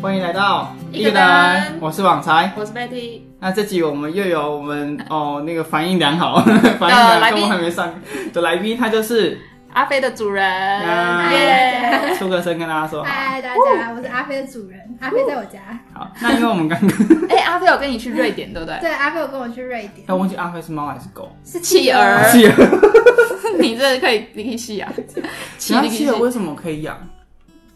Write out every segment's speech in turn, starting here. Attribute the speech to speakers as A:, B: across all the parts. A: 欢迎来到
B: 一个人
A: 我是网才。
B: 我是 Betty，
A: 那这集我们又有我 们哦那个反应良好，反应良
B: 来
A: 好，
B: 宾
A: 我还没上的来宾，他 就是
B: 阿飞的主人，
A: 啊
B: 耶、
A: 出个声跟大家说好。
C: 嗨，大家，我是阿飞的主人，阿飞在我家。
A: 好，那因为我们 刚刚，
B: 哎、阿飞有跟你去瑞典对不对？
C: 对，阿飞有跟我去瑞典
A: 要忘记阿飞是猫还是狗，
B: 是企鹅，
A: 企鹅，
B: 你这可以，你可以细啊，企
A: 然
B: 你可
A: 后
B: 以
A: 企
B: 细
A: 鹅为什么可以养？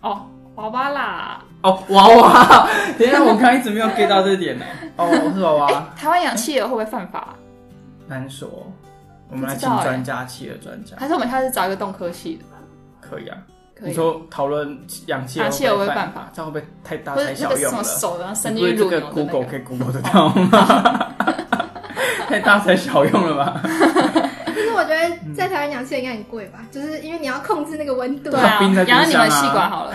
B: 哦，娃娃啦，
A: 哦，娃 娃，等一下我刚一直没有 get 到这点呢。哦，我是娃
B: 哎、
A: 娃，
B: 台湾养企鹅会不会犯法、
A: 难说。我们来
B: 不
A: 请
B: 知道哎
A: 专家，企鹅专家
B: 还是我们下次找一个动科系的？
A: 可以啊。
B: 可
A: 你
B: 以，
A: 说讨论养企鹅
B: 啊企鹅
A: 会
B: 会
A: 犯
B: 犯
A: 法，这样会不会太大
B: 不
A: 材
B: 是那
A: 小
B: 个
A: 用
B: 什么
A: 了？
B: 手的，然后伸
A: 因为
B: 进
A: 这
B: 乳牛
A: 个
B: 的那
A: Google 可
B: 个。
A: 以 Google 得到吗？ 太大材小用了 吧？
C: 但是我觉得在台湾养气应该很贵吧，就是因为你要控制那个温度
B: 对，
A: 把它
B: 啊
A: 冰在，冰
B: 养
A: 箱啊
B: 到你们细管好了。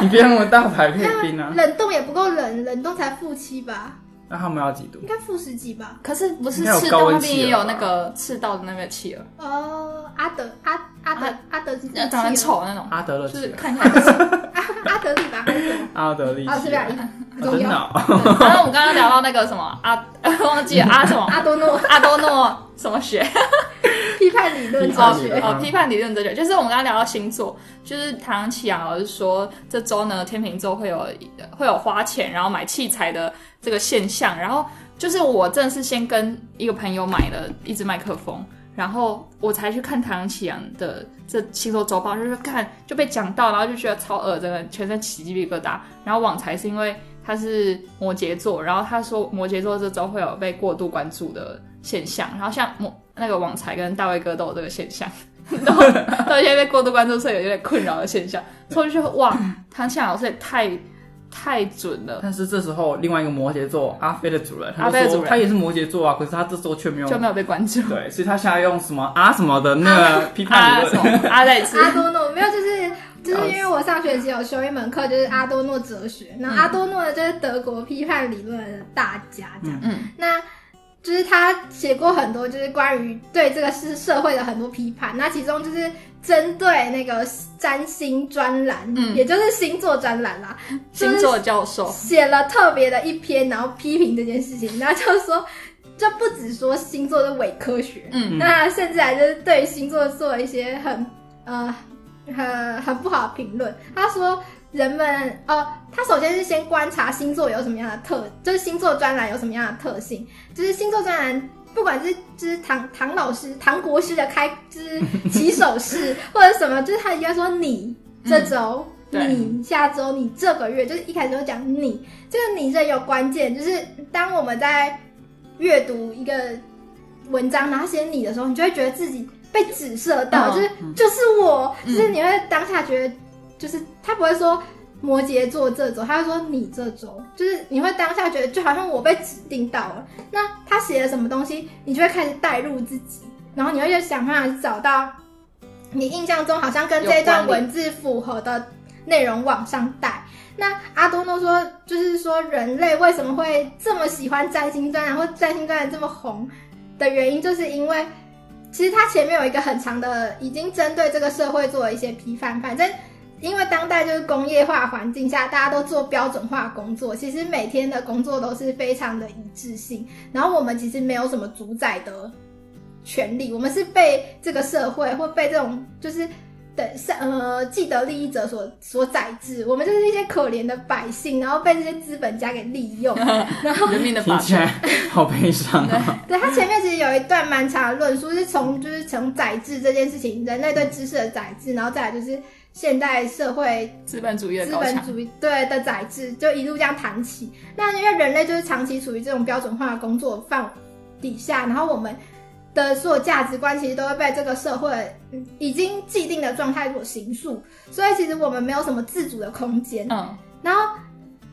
A: 你别那么大牌可以冰啊！
C: 冷冻也不够冷，冷冻才负七吧，
A: 那他们要几度
C: 应？该负十几吧。
B: 可是不是
A: 应该有
B: 赤
A: 高
B: 道
A: 温
B: 那边也
A: 企鹅吧
B: 有那个赤道的那个企鹅，
C: 哦，阿德阿阿德阿德是
B: 那长得很
C: 企鹅，
B: 丑的那种，
A: 阿德勒
B: 就是
A: 啊企鹅，
B: 看起来不是。
C: 阿阿德里吧，还
A: 阿德利企鹅
C: 是什么？啊，这边
A: 哦
C: 不重
A: 真的
C: 要。
A: 哦？
B: 然后我们刚刚聊到那个什么阿， 忘记了阿什么
C: 阿多诺
B: 阿多诺什么学？
C: 批判理论
A: 批
C: 哲
A: 判
B: 哦
A: 理
C: 学，
A: 论
B: 哦，批判理论哲学，就是我们刚刚聊到星座，就是唐启阳老师说，这周呢天秤座会有会有花钱然后买器材的这个现象，然后就是我正是先跟一个朋友买了一支麦克风。然后我才去看唐启阳的这星座周报，就是看就被讲到，然后就觉得超恶，真的全身起鸡皮疙瘩。然后网才是因为他是摩羯座，然后他说摩羯座这周会有被过度关注的现象，然后像摩那个网才跟大卫哥都有这个现象，都都有一些被过度关注，所以有点困扰的现象。所以我就觉得哇，唐向老师也太太准了，
A: 但是这时候另外一个摩羯座阿飞的主人，他
B: 阿飞
A: 就
B: 的
A: 说
B: 主人
A: 他也是摩羯座啊，可是他这时候却没有
B: 就没有被关注。
A: 对，所以他现在用什么啊什么的那个批判
B: 啊
A: 理
B: 什
A: 论，
B: 么啊再一次，
C: 阿多诺没有，就是就是因为我上学期有修一门课，就是阿多诺哲学，然后阿多诺呢就是德国批判理论的大家这样，
B: 嗯，
C: 那。就是他写过很多，就是关于对这个是社会的很多批判。那其中就是针对那个占星专栏，
B: 嗯哦
C: 也就是星座专栏啦，
B: 星座教授，
C: 写了特别的一篇，然后批评这件事情，然后就说，就不只说星座是伪科学，
B: 嗯
C: 那甚至还就是对星座做一些很呃很很不好的评论。他说人们哦，他首先是先观察星座有什么样的特，就是星座专栏有什么样的特性，就是星座专栏。不管是就是唐唐老师、唐国师的开就是起手式或者什么，就是他应该说你这周、
B: 嗯对
C: 你下周、你这个月，就是一开始就讲你这个你这有关键，就是当我们在阅读一个文章，然后写你的时候，你就会觉得自己被指涉到，
B: 嗯
C: 就是就是我，
B: 嗯
C: 就是你会当下觉得，就是他不会说摩羯座这周，他会说你这周，就是你会当下觉得就好像我被指定到了。那他写了什么东西，你就会开始带入自己，然后你会想办法找到你印象中好像跟这一段
B: 有关联
C: 文字符合的内容往上带。那阿多诺说，就是说人类为什么会这么喜欢占星专栏，或占星专栏这么红的原因，就是因为其实他前面有一个很长的，已经针对这个社会做了一些批判。反正因为当代就是工业化环境下，大家都做标准化工作，其实每天的工作都是非常的一致性，然后我们其实没有什么主宰的权利，我们是被这个社会或被这种就是等上呃既得利益者所所宰制，我们就是一些可怜的百姓，然后被这些资本家给 利用。
B: 人民的
A: 听
B: 法
A: 起
B: 则，
A: 来好悲伤 啊！
C: 对他前面其实有一段蛮长的论述，是从就是从宰制这件事情，人类对知识的宰制，然后再来就是现代社会
B: 资本主义的
C: 资
B: 高
C: 本
B: 墙，
C: 主义对的宰制，就一路这样谈起。那因为人类就是长期处于这种标准化的工作范围底下，然后我们的所有价值观其实都会被这个社会嗯已经既定的状态所形塑，所以其实我们没有什么自主的空间。
B: 嗯，
C: 然后，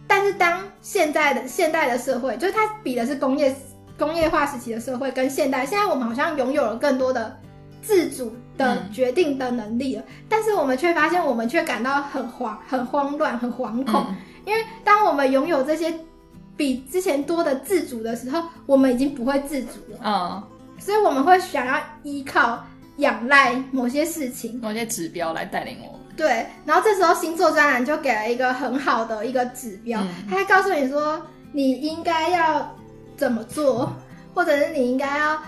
C: 但是当现在的现代的社会，就是它比的是工业工业化时期的社会跟现代，现在我们好像拥有了更多的自主的
B: 嗯
C: 决定的能力了，但是我们却发现我们却感到很慌、很慌乱、很惶恐，
B: 嗯
C: 因为当我们拥有这些比之前多的自主的时候，我们已经不会自主了，
B: 嗯，
C: 所以我们会想要依靠、仰赖某些事情。
B: 某些指标来带领我们，
C: 对，然后这时候星座专栏就给了一个很好的一个指标，
B: 嗯
C: 他还告诉你说你应该要怎么做，或者是你应该要，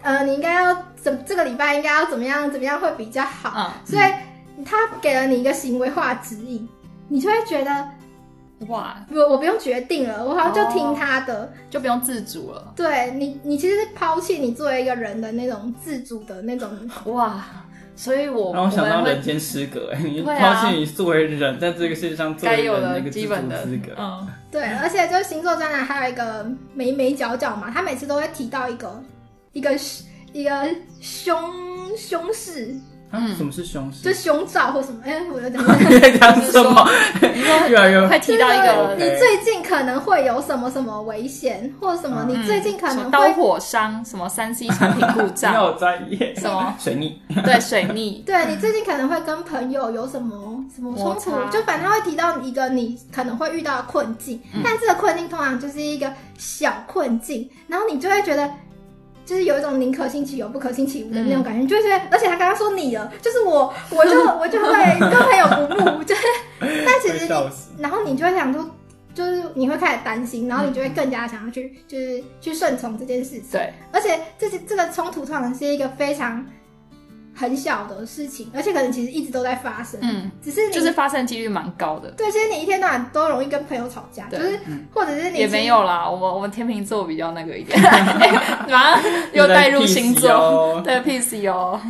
C: 呃，你应该要怎这个礼拜应该要怎么样怎么样会比较好，
B: 嗯，
C: 所以他给了你一个行为化指引，你就会觉得
B: 哇，
C: 我我不用决定了，我好像就听他的，
B: 就不用自主了，
C: 对你你其实是抛弃你作为一个人的那种自主的那种
B: 哇，所以我
A: 让我想到
B: 们会
A: 人间失格、哎，你
B: 对啊
A: 抛弃你作为人在这个世界上作
B: 该
A: 为
B: 有
A: 人的
B: 的
A: 一个
B: 基
A: 自
B: 本
A: 主
B: 的
A: 资格，
B: 嗯，
C: 对，而且就是星座专栏还有一个眉眉角角嘛，他每次都会提到一个一个一个胸胸饰，
B: 嗯
A: 啊，什么是凶
C: 就
A: 事？
C: 胸罩或什么。哎、我有点
A: 你在 讲什么？
B: 你说
A: 越来越
B: 会 提到一
A: 就是
B: 个
C: 你最近可能会有什么什么危险，或者什么？
A: 嗯
C: 你最近可
B: 什么
C: 能
B: 刀
C: 会、
B: 火伤，什么三 C 产品 故
A: 没
B: 障，
A: 有在意
B: 什么
A: 水逆，
B: 对水逆，
C: 对你最近可能会跟朋友有什么什么冲
B: 摩
C: 突
B: 擦？
C: 就反正他会提到一个你可能会遇到的困境，
B: 嗯
C: 但这个困境通常就是一个小困境，然后你就会觉得。就是有一种宁可信其有不可信其无的那种感觉，你就会觉得，而且他刚刚说你了，就是我， 我就我就会跟朋友不睦，就是，但其实
A: 会笑死
C: 你，然后你就会想说，就是你会开始担心，然后你就会更加想要去，就是去顺从这件事情。
B: 对，
C: 而且这些这个冲突通常是一个非常很小的事情，而且可能其实一直都在发生，
B: 嗯，
C: 只是你
B: 就是发生几率蛮高的。
C: 对，其实你一天到晚都容易跟朋友吵架，就
B: 对啊
C: 是、
A: 嗯
C: 或者是你
B: 也没有啦，我们我们天秤座比较那个 一点， 哎马上又带入星
A: 在 PCO
B: 座，对 PC 哦，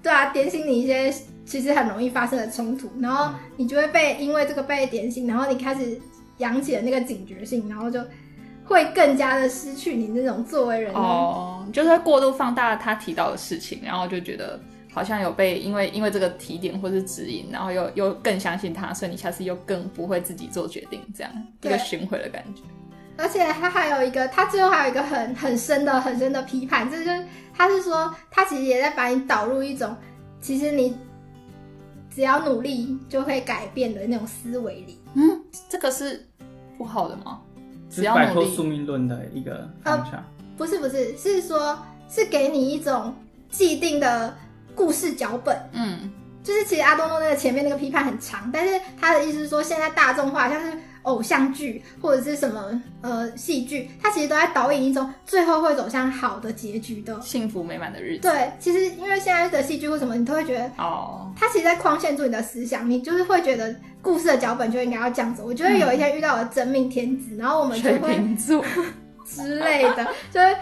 C: 对啊点醒你一些其实很容易发生的冲突，然后你就会被因为这个被点醒，然后你开始扬起了那个警觉性，然后就会更加的失去你那种作为人的啊
B: 哦，就是会过度放大他提到的事情，然后就觉得好像有被因为因为这个提点或是指引，然后又又更相信他，所以你下次又更不会自己做决定，这样一
C: 对
B: 个巡回的感觉。
C: 而且他还有一个，他最后还有一个很很深的、很深的批判，这就是他是说，他其实也在把你导入一种，其实你只要努力就会改变的那种思维里。
B: 嗯，这个是不好的吗？
A: 是
B: 只要
A: 摆
B: 努
A: 脱
B: 力
A: 宿命论的一个方向。
C: 不是不是，是说，是给你一种既定的故事脚本。
B: 嗯，
C: 就是其实阿多诺那个前面那个批判很长，但是他的意思是说，现在大众化像是偶像剧或者是什么呃戏剧，它其实都在导引一种最后会走向好的结局的
B: 幸福美满的日子。
C: 对，其实因为现在的戏剧或什么，你都会觉得
B: 嗯哦，
C: 它其实在框限住你的思想，你就是会觉得故事的脚本就应该要这样子。我觉得有一天遇到我的真命天子，然后我们就
B: 水
C: 会
B: 瓶 座，
C: 之类的， 就是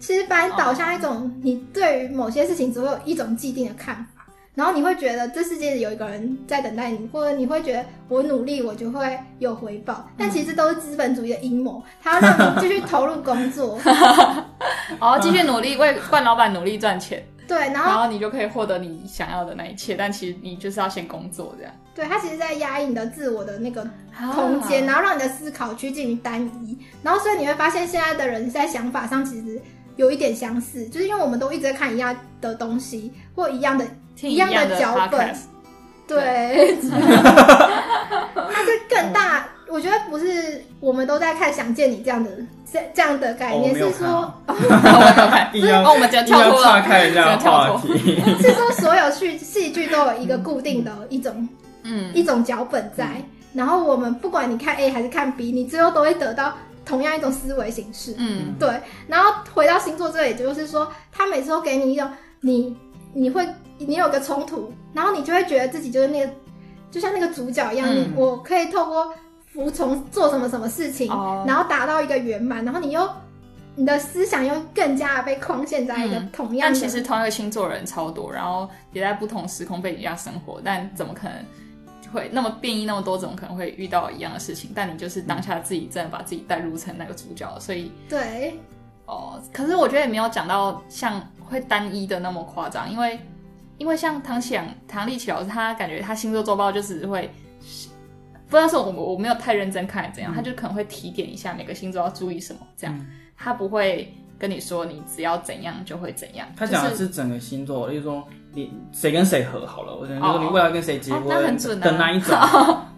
C: 其实把你导向一种你对于某些事情只会有一种既定的看法，然后你会觉得这世界有一个人在等待你，或者你会觉得我努力我就会有回报，但其实都是资本主义的阴谋，它要让你继续投入工作。
B: 哦，继续努力为冠老板努力赚钱。
C: 对，然后
B: 然后你就可以获得你想要的那一切，但其实你就是要先工作这样。
C: 对，它其实在压抑你的自我的那个啊空间，
B: 啊
C: 然后让你的思考趋近于单一，然后所以你会发现现在的人在想法上其实有一点相似，就是因为我们都一直在看一样的东西或一样的，
B: 听
C: 一样的
B: 的
C: 脚本
B: podcast
C: 对， 它是更大。我觉得不是我们都在看《想见你》这样的这这样的概
A: 哦
C: 念，
A: 我没有
C: 是说
B: 我哦没有看
A: 硬要
B: 哦，我们直接
A: 硬
B: 跳
A: 要
B: 脱
A: 岔
B: 了。
A: 开人家的话题，
C: 是说所有戏戏剧都有一个固定的一种
B: 嗯，
C: 一种脚本在，然后我们不管你看 A 还是看 B，你最后都会得到同样一种思维形式。
B: 嗯
C: 对，然后回到星座这里，就是说他每次都给你一种你你会你有个冲突，然后你就会觉得自己就是那个就像那个主角一样，
B: 嗯
C: 你我可以透过服从做什么什么事情，
B: 哦
C: 然后达到一个圆满，然后你又你的思想又更加的被框限在一个
B: 嗯
C: 同样
B: 但
C: 的，
B: 其实同一个星座人超多，然后也在不同时空背景下生活，但怎么可能会那么变异那么多？怎么可能会遇到一样的事情？但你就是当下自己真的把自己带入成那个主角，所以
C: 对
B: 哦，可是我觉得也没有讲到像会单一的那么夸张，因为因为像唐启阳、唐立奇老师，他感觉他星座周报就只是会，不知道是我我没有太认真看还
A: 嗯
B: 是怎样，他就可能会提点一下每个星座要注意什么，这样、他不会跟你说你只要怎样就会怎样。
A: 他讲
B: 就
A: 的
B: 是
A: 是整个星座，例如说你谁跟谁和好了，我觉得就是你未来跟谁结
B: 哦那很
A: 婚
B: 准啊
A: 的那一 种，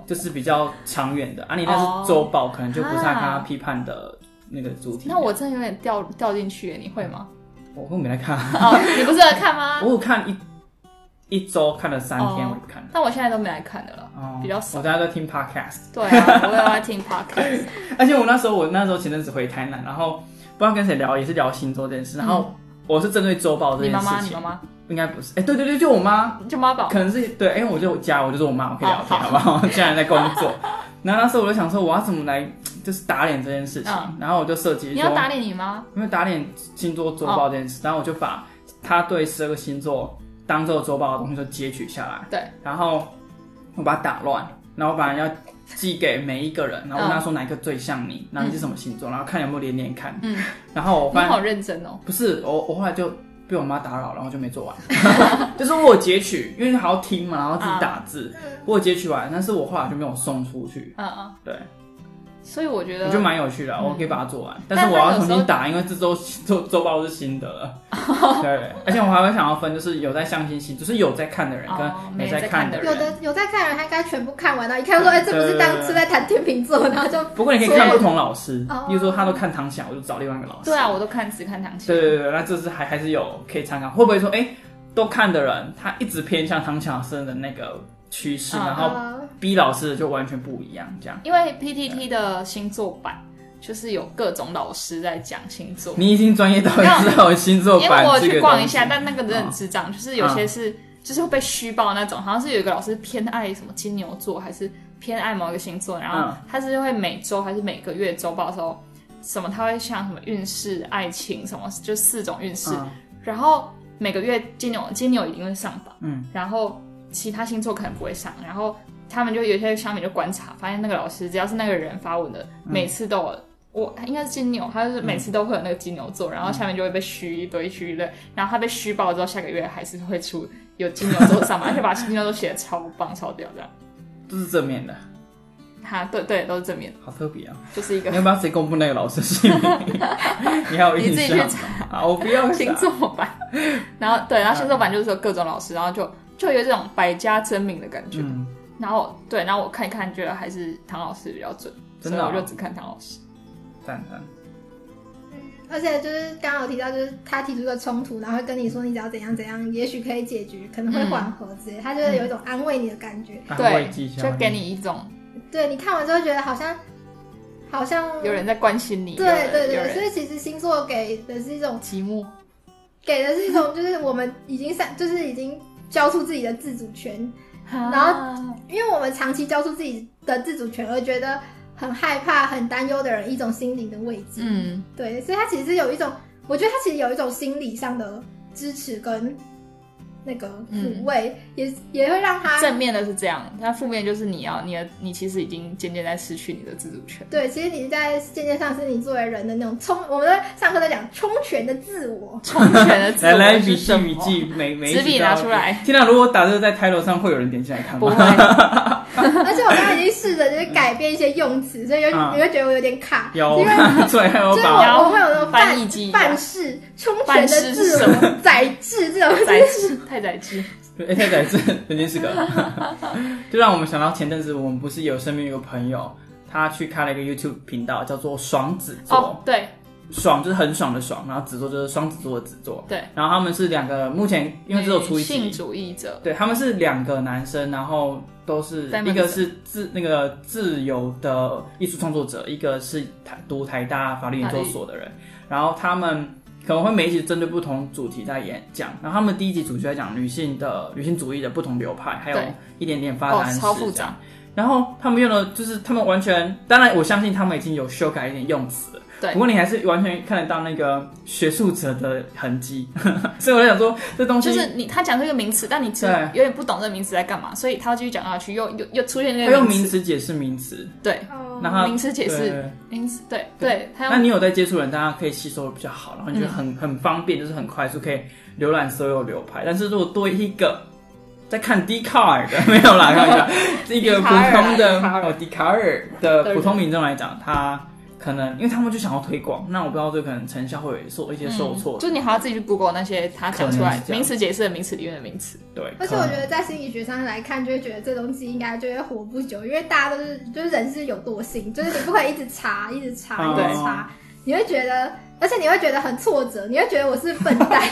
A: 就是比较长远的。啊，你
B: 哦
A: 那是周报，可能就不是他刚刚批判的那个主题。
B: 那我真的有点掉掉进去耶，你会吗？
A: 我后面来看，
B: 哦，你不是在看吗？
A: 我有看一一周看了三天，
B: 哦
A: 我也不看了。
B: 但我现在都没来看的了，
A: 哦
B: 比较少
A: 我大家都听 podcast，
B: 对啊，我也要听 podcast，
A: 而且我那时候我那时候前阵子回台南，然后不知道跟谁聊，也是聊星座这件事，然后我是针对周报这
B: 你
A: 件
B: 妈
A: 事
B: 妈，嗯你
A: 情，
B: 妈妈，
A: 应该不是，哎、对对对，就我妈，
B: 你就妈宝，
A: 可能是对，哎因为我就我家，我就说我妈，我可以聊天
B: 哦
A: 好不 好？既然在工作，然后那时候我就想说我要怎么来就是打脸这件事情，
B: 嗯
A: 然后我就设计
B: 你
A: 说
B: 要打脸你妈，
A: 因为打脸星座周报这件事，
B: 哦
A: 然后我就把他对十二个星座当做周报的东西都截取下来，
B: 对，
A: 然后我把它打乱，然后我把它要寄给每一个人，然后问他说哪一个最像你，然后你是什么星座，然后看有没有连连看，
B: 嗯，
A: 然后我
B: 你
A: 发现
B: 好认真哦，
A: 不是我，我后来就被我妈打扰，然后就没做完， 就是我有截取，因为还要听嘛，然后自
B: 啊
A: 己打字，我有截取完，但是我后来就没有送出去，
B: 嗯嗯，
A: 对，
B: 所以我觉
A: 我
B: 得
A: 觉得蛮有趣
B: 嗯
A: 的，啊我可以把它做完，但是我要重新打，因为这周周周报是新的了。 对，而且我还会想要分，就是有在相信星，就是有在看的人
B: 哦
A: 跟
B: 没
A: 在
B: 在看
A: 的
B: 的
C: 有
A: 人。
C: 的有在看的人，他应该全部看完了，一看说，哎、这不是当初在谈天秤座，然后就
A: 不过你可以看不同老师
C: 哦，
A: 比如说他都看唐翔，我就找另外一个老师。
B: 对啊，我都看只看唐琪
A: 对，对对对，那这是还还是有可以参考，会不会说，哎，都看的人他一直偏向唐强生的那个趋势，
B: 嗯
A: 然后
C: 啊
A: B 老师的就完全不一样，这样。
B: 因为 PTT 的星座版就是有各种老师在讲星座，
A: 你已经专业到
B: 没有
A: 知道星座
B: 因为
A: 版
B: 我
A: 这
B: 去
A: 个
B: 逛
A: 东
B: 一
A: 西嗯
B: 下，。但那个真的很智障，就是有些是、就是会被虚报那种，好像是有一个老师偏爱什么金牛座，还是偏爱某一个星座，然后
A: 嗯
B: 他是会每周还是每个月周报的时候，什么他会像什么运势、爱情什么，就四种运势，
A: 嗯
B: 然后每个月金牛金牛一定会上榜，
A: 嗯，
B: 然后其他星座可能不会上，然后他们就有些乡民就观察，发现那个老师只要是那个人发文的，每次都有。我应该是金牛，他就是每次都会有那个金牛座，然后下面就会被虚一堆虚一堆，然后他被虚爆之后，下个月还是会出有金牛座上嘛，而且把金牛座写的超棒超屌这样。
A: 都是正面的，
B: 他对对都是正面的，
A: 好特别啊。
B: 就是一 个
A: 你要不要直接公布那个老师姓名？ 你还有
B: 你
A: 印
B: 自己去
A: 象
B: 查
A: 啊？我不要查
B: 星座版，然后对，然后星座版就是有各种老师，然后就就有这种百家争鸣的感觉。
A: 嗯，
B: 然后对，然后我看一看，觉得还是唐老师比较准，
A: 真的哦
B: 所以我就只看唐老师。
A: 赞赞。
C: 嗯而且就是刚刚有提到，就是他提出的冲突，然后会跟你说你只要怎样怎样，也许可以解决，可
B: 嗯
C: 能会缓和之类，他就是有一种安慰你的感觉。
A: 安慰
B: 对
A: 剂，效
B: 就
A: 应
B: 给你一种
C: 对你看完之后觉得好像好像
B: 嗯有人在关心你，
C: 对对
B: 有
C: 对，
B: 人
C: 所以其实星座给的是一种
B: 寂寞，
C: 给的是一种就是我们已经上就是已经交出自己的自主权，
B: 然啊
C: 后因为我们长期交出自己的自主权而觉得很害怕、很担忧的人一种心灵的慰藉。
B: 嗯，
C: 对，所以他其实有一种，我觉得他其实有一种心理上的支持跟那个抚慰，也也会让
B: 嗯
C: 他
B: 正面的是这样，但负面就是你啊要你的你其实已经渐渐在失去你的自主 权。
C: 对。其实你在渐渐上是你作为人的那种充，我们在上课在讲充全的自 我。
B: 充权的自
A: 来
B: 我
A: 来一
B: 是
A: 笔记
B: 什
A: 笔
B: 么？
A: 记，每每一
B: 纸笔
A: 集
B: 拿
A: 都要
B: 出 来
A: 天哪！如果我打这个在 title 上，会有人点进来看
B: 不
A: 吗？
B: 会，
C: 而且我刚刚已经试着就是改变一些用词，所以有
A: 嗯
C: 你会觉得我有点卡，
A: 有啊
C: 因 为，
A: 最后
C: 所以
A: 把
C: 我我会有那种
B: 翻译机一样
C: 范式充全的自
B: 范式是
C: 我宰制这种
B: 宰制太宰制，
A: 哎，太宰治曾经是个，就让我们想到前阵子我们不是有身边有个朋友，他去开了一个 YouTube 频道，叫做“爽子座
B: 哦，对，”，
A: 爽就是很爽的爽，然后子座就是双子座的子座。
B: 对，
A: 然后他们是两个，目前因为只有出一
B: 女
A: 集，
B: 性主义者，
A: 对，他们是两个男生，然后都是
B: 在
A: 一
B: 曼
A: 个
B: 谷
A: 是自那个自由的艺术创作者，一个是台读台大法律研究所的人，然后他们可能会每一集针对不同主题在演讲，然后他们第一集主题在讲女性的女性主义的不同流派，还有
B: 对
A: 一点点发
B: 哦
A: 展、，
B: 超复杂，
A: 然后他们用的就是他们完全，当然我相信他们已经有修改一点用词了，
B: 对
A: 不过你还是完全看得到那个学术者的痕迹， 所以我就想说这东西
B: 就是你他讲这个名词，但你其实
A: 对
B: 有点不懂这个名词在干嘛，所以他要继续讲下去，又又又出现那
A: 他
B: 个
A: 用
B: 名
A: 名
B: 词，
A: 词解释名词，
B: 对，
A: 那
C: 哦，
A: 他
B: 名词解释
A: 对
B: 名词，对
A: 对
B: 对，他
A: 那
B: 用嗯
A: 你有在接触人，大家可以吸收的比较好，然后你觉得很、很方便，就是很快速可以浏览所有流派。但是如果多一个在看笛卡尔的， 没有啦，开玩笑，一个
B: 笛
A: 普
B: 卡尔啊
A: 通的
B: 笛卡尔
A: 哦，笛卡尔的普通民众来讲，他可能因为他们就想要推广，那我不知道这可能成效会有受一些受挫，
B: 嗯就你还要自己去 Google 那些他讲出
A: 可能
B: 来
A: 是这样
B: 名词解释的名词里面的名词，
A: 对。
C: 而且
A: 可
C: 我
A: 能
C: 觉得在心理学上来看，就会觉得这东西应该就会活不久，因为大家都是就是人是有惰性， 就是你不可以一 直查，一直查，
A: 哦
C: 一直查， 你会觉得，而且你会觉得很挫折，你会觉得我是笨蛋，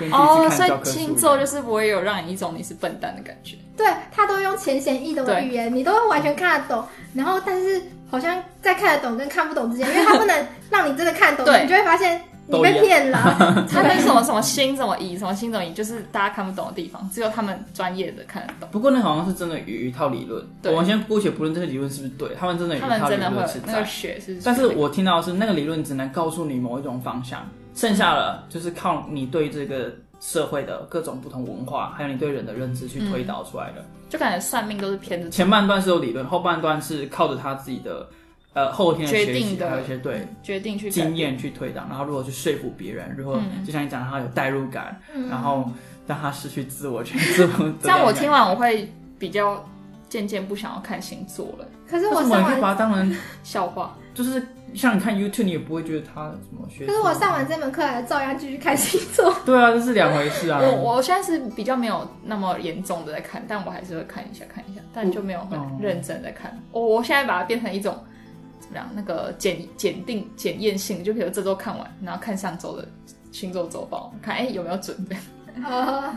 A: 跟第一次看教
B: 哦，所以
A: 科书一样。
B: 星座就是不会有让你一种你是笨蛋的感觉。
C: 对他都用浅显易懂的
B: 对
C: 语言，你都会完全看得懂。然后，但是好像在看得懂跟看不懂之间，因为他不能让你真的看懂，
B: 对
C: 你就会发现你
A: 都一
C: 被
A: 样
C: 骗 了。
B: 他们什么什么星怎么乙，什么星怎么乙，就是大家看不懂的地方，只有他们专业的看得懂。
A: 不过那好像是真的有一套理论，
B: 对
A: 我们先姑且不论这个理论是不是对，他们真的有
B: 他
A: 一
B: 们
A: 套理
B: 真的会
A: 论
B: 有
A: 是
B: 那个
A: 在。
B: 学是学那个，
A: 但是我听到的是那个理论只能告诉你某一种方向，剩下的就是靠你对这个社会的各种不同文化，还有你对人的认知去推导出来的。
B: 就感觉算命都是偏着
A: 前半段是有理论，后半段是靠着他自己的呃后天的
B: 决
A: 学
B: 定
A: 习，
B: 的
A: 还有一些对
B: 决定去改
A: 经验去推导，然后如何去说服别人，如何、
B: 嗯
A: 就像你讲的，他有代入感，
C: 嗯
A: 然 后让他失去自我权，自我。
B: 这嗯样我听完我会比较渐渐不想要看星座了。
C: 可是
A: 为
C: 我
A: 什么
C: 上
A: 你可以
C: 完，
A: 把它当成
B: 笑话，
A: 就是像你看 YouTube，你也不会觉得他什么学。
C: 可是我上完这门课还照样继续看星座。
A: 对啊，这是两回事啊。
B: 我我现在是比较没有那么严重的在看，但我还是会看一下看一下，但就没有很
A: 嗯
B: 认真地在看。我、我现在把它变成一种怎么样？那个检检定检验性，就比如这周看完，然后看上周的星座周报，看哎、有没有准备，
C: 呃，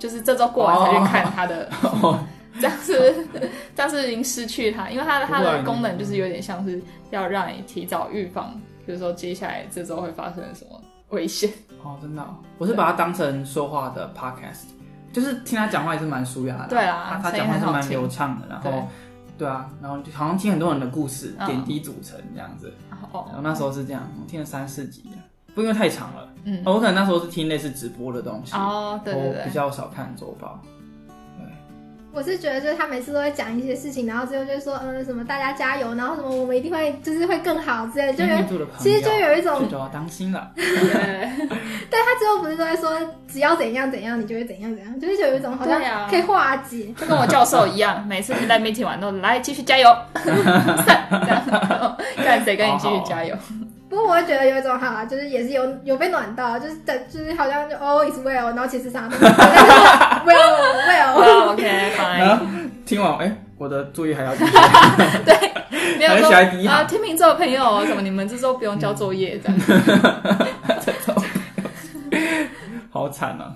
B: 就是这周过完才去
A: 哦
B: 看它的。
A: 哦
B: 这样是这样是已经失去它，因为它的它
A: 不会啊
B: 的
A: 你
B: 功能就是有点像是要让你提早预防，比如说接下来这周会发生什么危险。
A: 哦，真的哦、我是把它当成说话的 podcast，就是听他讲话也是蛮舒压的。
B: 对啊啦
A: 啊他他
B: 声
A: 讲
B: 音
A: 话
B: 很
A: 是
B: 好
A: 蛮
B: 听
A: 流畅的，然
B: 对
A: 后。对啊，然后就好像听很多人的故事，
B: 嗯
A: 点滴组成这样子。然
B: 哦，
A: 后那时候是这样，我听了三四集，不因为太长了。哦
B: 嗯，
A: 我可能那时候是听类似直播的东西，
B: 哦，对对
A: 我比
B: 对，
A: 较少看周报。
C: 我是觉得就是他每次都会讲一些事情，然后最后就说，嗯，什么大家加油，然后什么我们一定会就是会更好之类的，就
A: 天
C: 有
A: 秤座的朋友，
C: 其实就有一
A: 这
C: 种，
A: 就要当心了。
B: 对
C: 但他最后不是都会说只要怎样怎样，你就会怎样怎样，就是有一种好
B: 对啊
C: 像可以化解。
B: 就跟我教授一样，每次在 meeting 完都来继续加油， 散这样，看谁跟你继续加油。
C: 不过我会觉得有一种哈，就是也是有有被暖到，就是等就是好像就 all is well，然后其实啥都没有，但是 well well，
B: 哦 OK
A: 然
B: fine，
A: 后听完，哎、我的作业还要继续。
B: 没有
A: 还是喜欢第一行
B: 说啊，天秤座的朋友什么，你们这周不用交作业这样。
A: 好惨啊，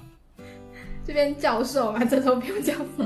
C: 这边教授嘛，这周不用教授，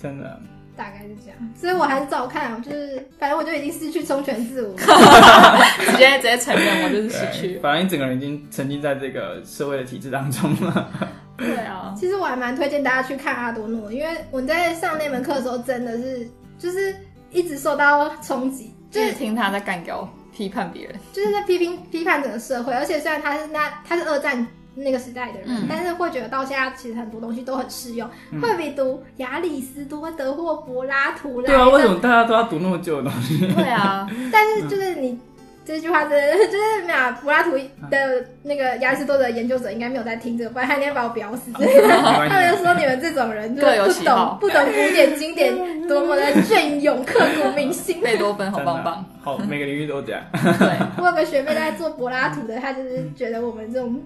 A: 真的。
C: 大概是这样。所以我还是照看，啊就是反正我就已经失去充全自我了。
B: 直接直接承认我就是失
A: 对
B: 去。
A: 反正你整个人已经沉浸在这个社会的体制当中了。
B: 对啊，
C: 其实我还蛮推荐大家去看阿多诺，因为我在上那门课的时候，真的是就是一直受到冲击，就
B: 就
A: 嗯
B: 是
C: 是
B: 听他在干掉批判别人，
C: 就是在批评批判整个社会。而且虽然他是那他是二战那个时代的人，
B: 嗯
C: 但是会觉得到现在其实很多东西都很适用，
A: 嗯
C: 会比读亚里士多德或柏拉图啦。
A: 对啊，为什么大家都要读那么久的东西？
B: 对啊，
C: 但是就是你。这句话真的就是没有啊柏拉图
A: 嗯
C: 的那个亚里士多德研究者应该没有在听这个，不然他应该把我秒
A: 哦
C: 死。
A: 没
C: 他们
A: 关
C: 就
A: 系
C: 说你们这种人就
B: 各有
C: 是不
B: 喜好
C: 懂不懂古典经典多么的隽永刻骨铭心。
B: 贝多芬好
A: 真的
B: 棒棒，
A: 好，每个领域都这样。
B: 对，
C: 我有个学妹在做柏拉图的，她就是觉得我们这种
B: 嗯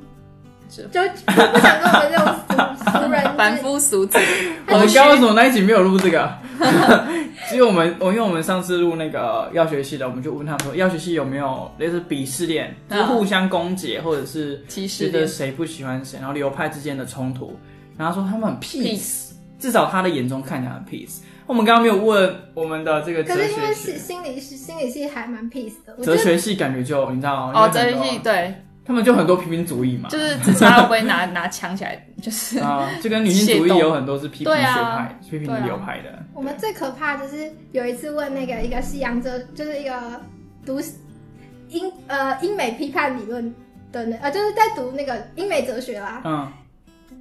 B: 是
C: 就不想跟我们这种 俗俗人就是
B: 凡夫俗子，
A: 我们
B: 虚
A: 刚刚为什么那一集没有录这个？只有我们，我因为我们上次录那个药学系的，我们就问他说，药学系有没有类似鄙视链，就是
B: 嗯
A: 互相攻讦，或者是
B: 歧视
A: 觉得
B: 的
A: 谁不喜欢谁，然后流派之间的冲突。然后他说他们很 peace，
B: peace，
A: 至少他的眼中看起来很 peace。我们刚刚没有问我们的这个
C: 可
A: 哲
C: 是因
A: 学
C: 为是
A: 系，
C: 心理系，心理系还蛮 peace 的，我觉
A: 哲
C: 得
A: 学系感觉就你知道
B: 哦，
A: 因
B: 哲
A: 为很
B: 学
A: 多
B: 系对，
A: 他们就很多批评主义嘛，
B: 就是只差会不会拿拿枪起来，就是
A: 啊，就跟女性主义有很多是批评
B: 对
A: 学
B: 啊
A: 派、批
B: 对啊
A: 评流派的。
C: 我们最可怕就是有一次问那个一个西洋哲，就是一个读英呃英美批判理论的那呃就是在读那个英美哲学啦，
A: 嗯，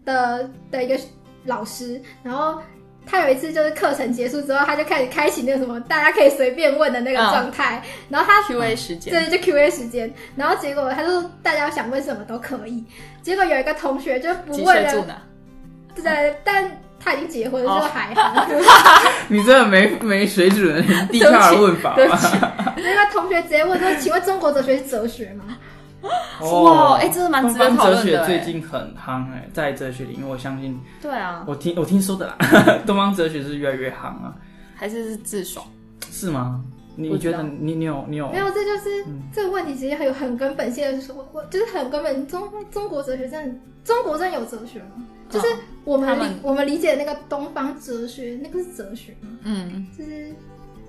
C: 的的一个老师，然后他有一次就是课程结束之后，他就开始开启那个什么大家可以随便问的那个
B: 嗯
C: 状态，然后他
B: Q&A 时间，
C: 对，就 Q&A 时间，然后结果他就说大家想问什么都可以，结果有一个同学就不
B: 几
C: 问
B: 岁住
C: 了，
B: 哪？
C: 对，但他已经结婚了，
B: 哦
C: 就还 好。
A: 你真的没没水准，低卡的问法
B: 对不
A: 吧？
B: 起，
C: 那个同学直接问说：“请问中国哲学是哲学吗
A: 啊
B: 哇，哎，真的蛮值得
A: 哦东
B: 讨
A: 方哲
B: 论
A: 学
B: 的，
A: 最
B: 哎
A: 近很夯哎、在哲学里，因为我相信
B: 对啊，嗯
A: 我听 我听说的啦，东方哲学是越来越夯啊，
B: 还是是自爽，
A: 是吗？你
B: 不
A: 觉
B: 知道
A: 得你你有
B: 哦
A: 你有
C: 没有，这就是、
A: 嗯
C: 这个问题，其实很有很根本性的，就是我我就是很根本中中国哲学真的，中国真的有哲学吗？就是
B: 嗯
C: 我们
B: 他
C: 理
B: 们
C: 我们理解的那个东方哲学，那个是哲学吗？
B: 嗯，
C: 就是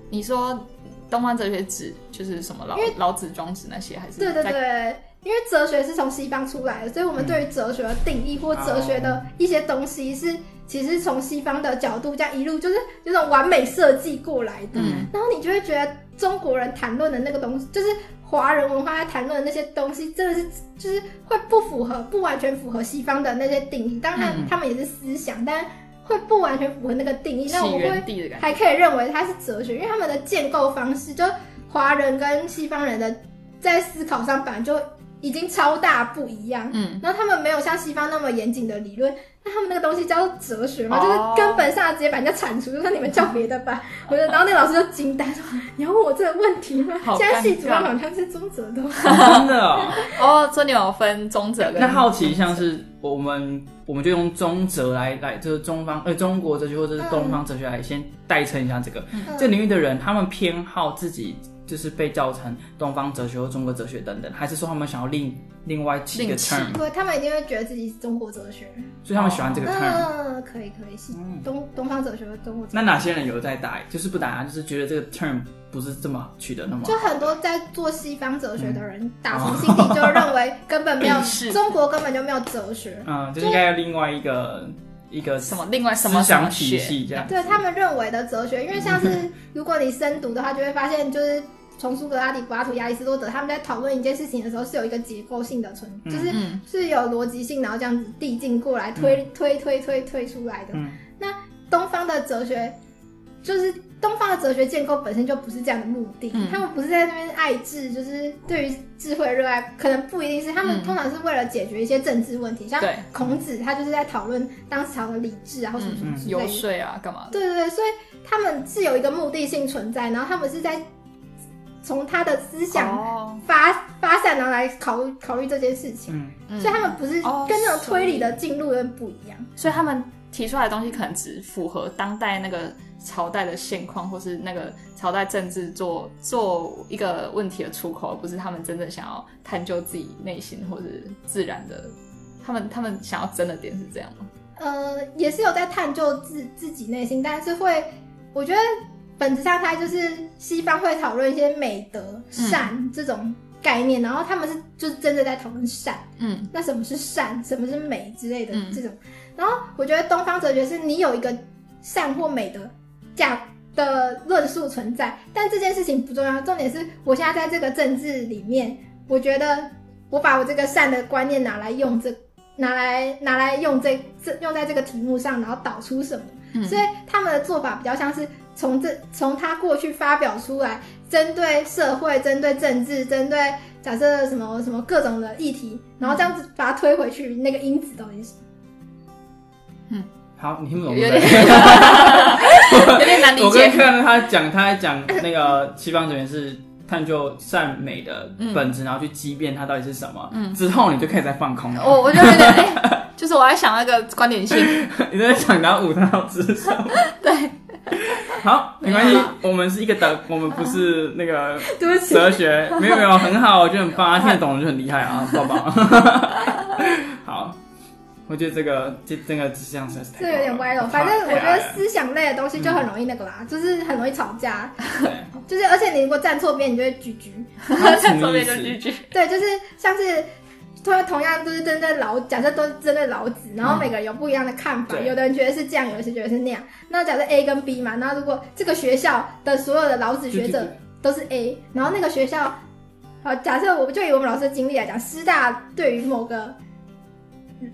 B: 你说东方哲学指就是什么老
C: 因为
B: 老子、庄子那些，还是
C: 对对
B: 在
C: 对，因为哲学是从西方出来的，所以我们对于哲学的定义或哲学的一些东西是，其实从西方的角度这样一路就是这种完美设计过来的。
B: 嗯
C: 然后你就会觉得中国人谈论的那个东西，就是华人文化在谈论的那些东西，真的是就是会不符合，不完全符合西方的那些定义。当然
B: 嗯，
C: 他们也是思想，但会不完全符合那个定义。那我
B: 起
C: 会
B: 源地的感觉？
C: 还可以认为它是哲学，因为他们的建构方式，就华人跟西方人的在思考上本来就已经超大不一样。
B: 嗯，
C: 然后他们没有像西方那么严谨的理论，那他们那个东西叫做哲学嘛，
B: 哦
C: 就是根本上直接把人家铲除，就说你们叫别的 吧。我就然后那老师就惊呆说：“你要问我这个问题吗？”
B: 好
C: 现在系主任
B: 尴尬
C: 好像是中 哲的，
A: 真的 哦、
B: 哦，所以你有分中者跟
A: 那好奇像是我们，我们就用中哲来来，就是中方呃中国哲学或者是东方哲学来先代称一下这个、
C: 嗯
A: 这领域的人，他们偏好自己就是被叫成东方哲学或中国哲学等等，还是说他们想要另另外起一个
B: 另起
A: term，
C: 对，他们一定会觉得自己是中国哲学。
A: 所以他们喜欢这个
B: 哦
A: term。
C: 嗯，可以可以，系
A: 嗯
C: 东东方哲学、中国哲学。
A: 那哪些人有在打？就是不打，就是觉得这个 term 不是这么取得那么
C: 就很多在做西方哲学的人，打从心底就认为根本没有
B: 鄙视
C: 中国根本就没有哲学，
A: 嗯，就是应该要另外一个一个
B: 什么另外
A: 思
B: 什么什么
A: 想体
B: 学？
A: 系这样。
C: 对他们认为的哲学，因为像是如果你深读的话，就会发现就是。从苏格拉底、柏拉图、亚里士多德他们在讨论一件事情的时候，是有一个结构性的存，
A: 嗯
C: 就是
B: 嗯
C: 是有逻辑性，然后这样子递进过来，推、推推推推出来的。
A: 嗯
C: 东方的哲学就是东方的哲学建构本身就不是这样的目的，
B: 嗯
C: 他们不是在那边爱智，就是对于智慧热爱，可能不一定是他们
B: 嗯
C: 通常是为了解决一些政治问题，像
B: 对
C: 孔子他就是在讨论当时朝的礼制啊，或什么什么
A: 嗯
C: 之类
B: 游
C: 的。
B: 说啊，干嘛的？
C: 对对对，所以他们是有一个目的性存在，然后他们是在从他的思想
B: 哦，
C: 发、发散，然后来考虑考虑这件事情。
A: 嗯，
B: 嗯
C: 所以他们不是
B: 哦
C: 跟那种推理的进入有点不一样，
B: 所以他们提出来的东西可能只符合当代那个朝代的现况，或是那个朝代政治做做一个问题的出口，而不是他们真正想要探究自己内心或是自然的。他们他们想要争的点是这样吗？
C: 呃，也是有在探究自自己内心，但是会，我觉得本质上它就是西方会讨论一些美德、善这种概念，然后他们是就是真的在讨论善，
B: 嗯
C: 那什么是善，什么是美之类的
B: 嗯
C: 这种。然后我觉得东方哲学是你有一个善或美的价的论述存在，但这件事情不重要，重点是我现在在这个政治里面，我觉得我把我这个善的观念拿来用这。拿来拿来用这这用在这个题目上，然后导出什么？
B: 嗯，
C: 所以他们的做法比较像是从这从他过去发表出来，针对社会、针对政治、针对假设什么什么各种的议题，然后这样子把它推回去，那个因子都已经
A: 好，你听不懂对
B: 有有
A: 不对
B: 点 有点难 理
A: 我刚
B: 解。
A: 看到他讲，他在讲那个西方哲学是探究善美的本质，然后去激辩它到底是什么。
B: 嗯哦
A: 之后你就开始在放空了，
B: 我我就有点，哎就是我在想那个观点性，
A: 你在想拿五到之上。
B: 对，
A: 好，没关
B: 没
A: 系
B: 有啦，
A: 我们是一个等，我们不是那个
C: 对不起，
A: 哲学，没有没有，很好，我觉得很棒，他听得懂我就很厉害啊，棒棒。好，我觉得这个这这个指向实在是太
C: 这有
A: 高
C: 点
A: 了
C: 歪了。反正我觉
A: 太矮
C: 得
A: 了
C: 思想类的东西就很容易那个啦，就是很容易吵架，
A: 对
C: 就是而且你如果站错边，你就会举举。
A: 什么
B: 左边
A: 意
B: 就
A: 思
B: GG。
C: 对，就是像是。同同样都是针对老，假设都是针对老子，然后每个人有不一样的看法，
A: 对
C: 有的人觉得是这样，有的人觉得是那样。那假设 A 跟 B 嘛，那如果这个学校的所有的老子学者都是 A，然后那个学校，好，假设我们就以我们老师的经历来讲，师大对于某个，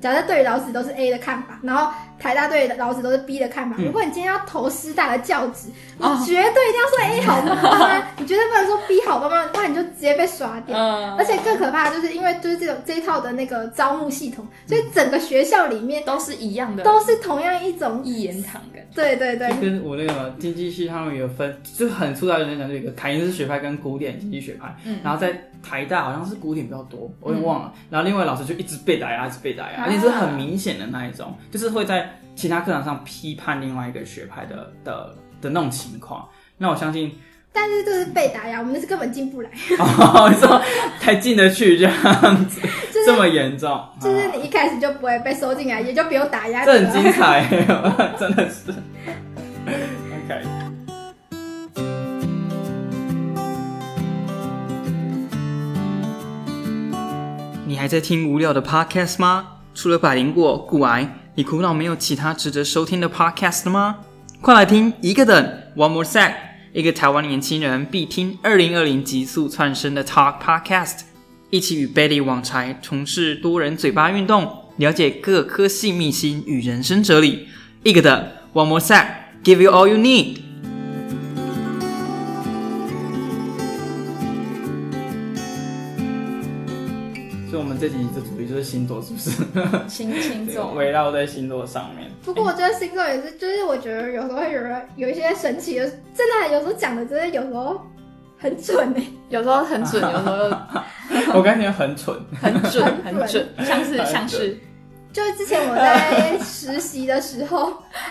C: 假设对于老子都是 A 的看法，然后台大对于老子都是 B 的看法。
A: 嗯
C: 如果你今天要投师大的教职，
B: 哦
C: 你绝对一定要说 A 好棒棒，你绝对不能说 B 好棒棒，不然你就直接被刷掉。
B: 嗯，
C: 而且更可怕的就是，因为就是这种这一套的那个招募系统，所以整个学校里面
B: 都是一样的，
C: 都是同样一种，
B: 一言堂感。
C: 对对对
A: 就，跟我那个经济系他们有分，就很粗糙的讲，就有一个凯恩斯学派跟古典经济学派。
B: 嗯
A: 然后在台大好像是古典比较多，我有点忘了。
C: 嗯
A: 然后另外老师就一直被打压，一直被打压，
B: 啊
A: 而且是很明显的那一种，就是会在其他课堂上批判另外一个学派的的的那种情况。那我相信
C: 但是这是被打压，我们是根本进不来。
A: 哦，你说才进得去这样子，
C: 就是
A: 这么严重，嗯
C: 就是你一开始就不会被收进来，也就不用打压
A: 啊
C: 你
A: 这很精
C: 了。
A: 彩， 真的是。OK，你还在听无聊的 Podcast 吗？除了百灵果、骨癌，你苦恼没有其他值得收听的 Podcast 了吗？快来听一个等 One More Sec，一个台湾年轻人必听二零二零极速窜升的 Talk Podcast，一起与 Betty 网柴从事多人嘴巴运动，了解各科系秘辛与人生哲理。一个等 One More Sec，Give you all you need。所以，我们这集的主题就是星座，是不是？
B: 星星座，
A: 围绕在星座上 面。
C: 不过我觉得星座也是，就是我觉得有时候有人有一些神奇的，真的有时候讲的真的有时候很准哎、
B: 有时候很准，有时候又
A: 我感觉很蠢，
B: 很准， 很
C: 很
B: 准，像是
A: 很准
B: 像是
C: 就是之前我在实习的时候，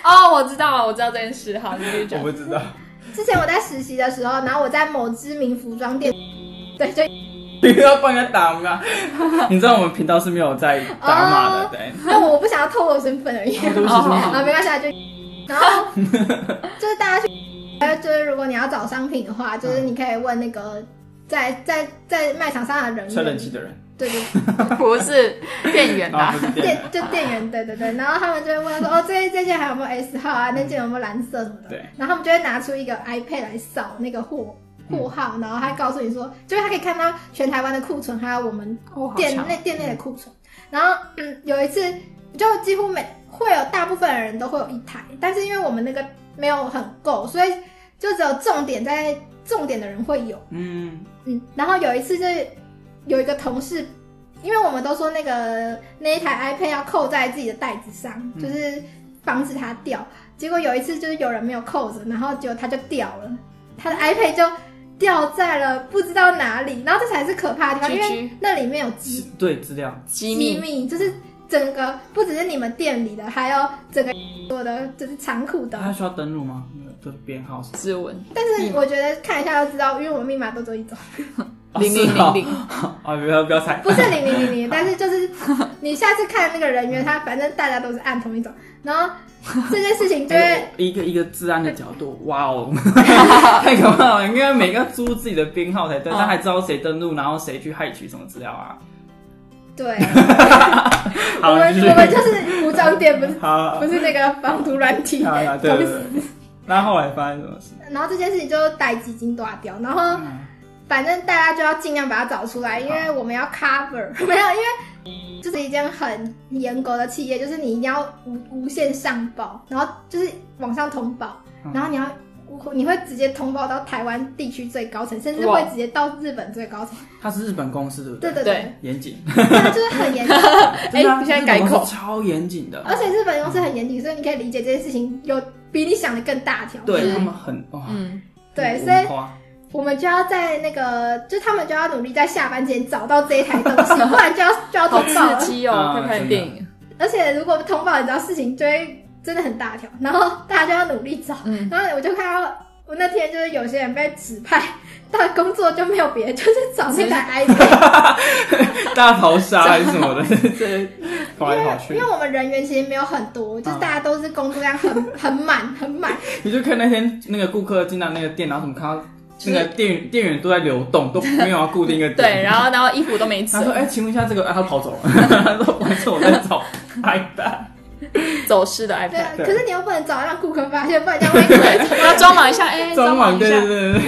B: 哦，我知道了，我知道这件事，好，你继续
A: 我
B: 讲
A: 不。知道。
C: 之前我在实习的时候，然后我在某知名服装店，对，就
A: 你要帮人家打吗？ 你知道我们频道是没有在打码
B: 哦
A: 的，对。
C: 那我不想要透露身份而已。
A: 对不起，对不
C: 啊，
A: 起。
C: 没关系，啊，就然后就是大家去，呃，就是如果你要找商品的话，就是你可以问那个在在在卖场上的人员，
A: 吹冷气的 人
C: 对对
B: 不是店员
A: 啊，
B: 啦
A: 不，是店
C: 店
A: 员。
C: 就店员，对对对，然后他们就会问说，哦，这这件还有没有 S 号啊？那件有没有蓝色什么的？
A: 对，
C: 然后他们就会拿出一个 iPad 来扫那个货。货号，然后他告诉你说，就是他可以看到全台湾的库存，还有我们
B: 哦，好
C: 店
B: 强，
C: 内店内的库存。然后嗯，有一次就几乎每会有大部分的人都会有一台，但是因为我们那个没有很够，所以就只有重点在重点的人会有。
A: 嗯，
C: 嗯，然后有一次就是有一个同事，因为我们都说那个那一台 iPad 要扣在自己的袋子上，
A: 嗯
C: 就是防止它掉。结果有一次就是有人没有扣着，然后结果它就掉了，他的 iPad 就掉在了不知道哪里。然后这才是可怕的地方，因为
B: GG
C: 那里面有鸡
A: 资对资料，
B: 哦机
C: 机
B: 密，
C: 密，就是整个不只是你们店里的，还有整个我的就是仓库的。
B: 啊
A: 他需要登录吗？那个就是编号是
B: 指纹
C: 但是我觉得看一下就知道，因为我们密码都只有一种，
A: 哦
B: 零零
A: 是哦
B: 零零，
A: 啊，不要不要猜
C: 不。是零零零零，但是就是你下次看那个人员，他反正大家都是按同一种，然后这件事情就会。
A: 哎，一个一个治安的角 度，哇哦， 太可怕了！应该每个要租自己的编号才对，
B: 哦
A: 他还知道谁登录，然后谁去害取什么资料啊。
C: 对，
A: 好，
C: 我们
A: 你继续
C: 我们就是服装店，不是
A: 好，
C: 不是那个防毒软体。
A: 好啦， 对对对。那后来发生什么事？嗯
C: 然后这件事情就待机已经断掉，然后反正大家就要尽量把它找出来，因为我们要 cover，没 有，因为这是一间很严格的企业，就是你一定要无无限上报，然后就是往上通报，
A: 嗯
C: 然后你要。你会直接通报到台湾地区最高层，甚至
B: 哇
C: 会直接到日本最高层。
A: 他是日本公司，对不对？
B: 对
C: 对对对，哎
A: 严 谨，
C: 它就是 很严谨，
A: 真的啊
B: 你现在改口
A: 日本公司超严谨的，
C: 而且日本公司很严谨，所以你可以理解这件事情有比你想的更大条。就
A: 对
C: 是
A: 他们很哇，
B: 嗯，
C: 对，
A: 很
C: 所以
A: 浮夸
C: 我们就要在那个，就他们就要努力在下班前找到这一台东 西，不然就要就要
B: 好
C: 通报了
B: 刺。激哦，
A: 啊
B: 快拍电影，
C: 而且如果通报，你知道事情就会真的很大条，然后大家就要努力找。
B: 嗯，
C: 然后我就看到，我那天就是有些人被指派到工作就没有别的，就是找那台 iPad，
A: 大逃杀还是什么的， 这跑来跑
C: 因
A: 去
C: 为，我们人员其实没有很多，就是
A: 嗯
C: 大家都是工作量很很满很满，
A: 你就看那天那个顾客进到那个店，然后怎么看到那个店员店员都在流动， 都没有要固定一个点。
B: 对，然后然后衣服都没
A: 他说：“
B: 折，
A: 哎、请问一下这个，啊、他跑 走了。”他说：“不是我在找 iPad。
B: 走失的
C: 对
B: iPad，
C: 啊。
A: 对
C: 可是你又不能找让顾客发现，不然这样会
B: 对，然后装忙一下，哎，”
A: 装
B: 忙
A: 满，
B: 一
A: 对
B: 下，
A: 对对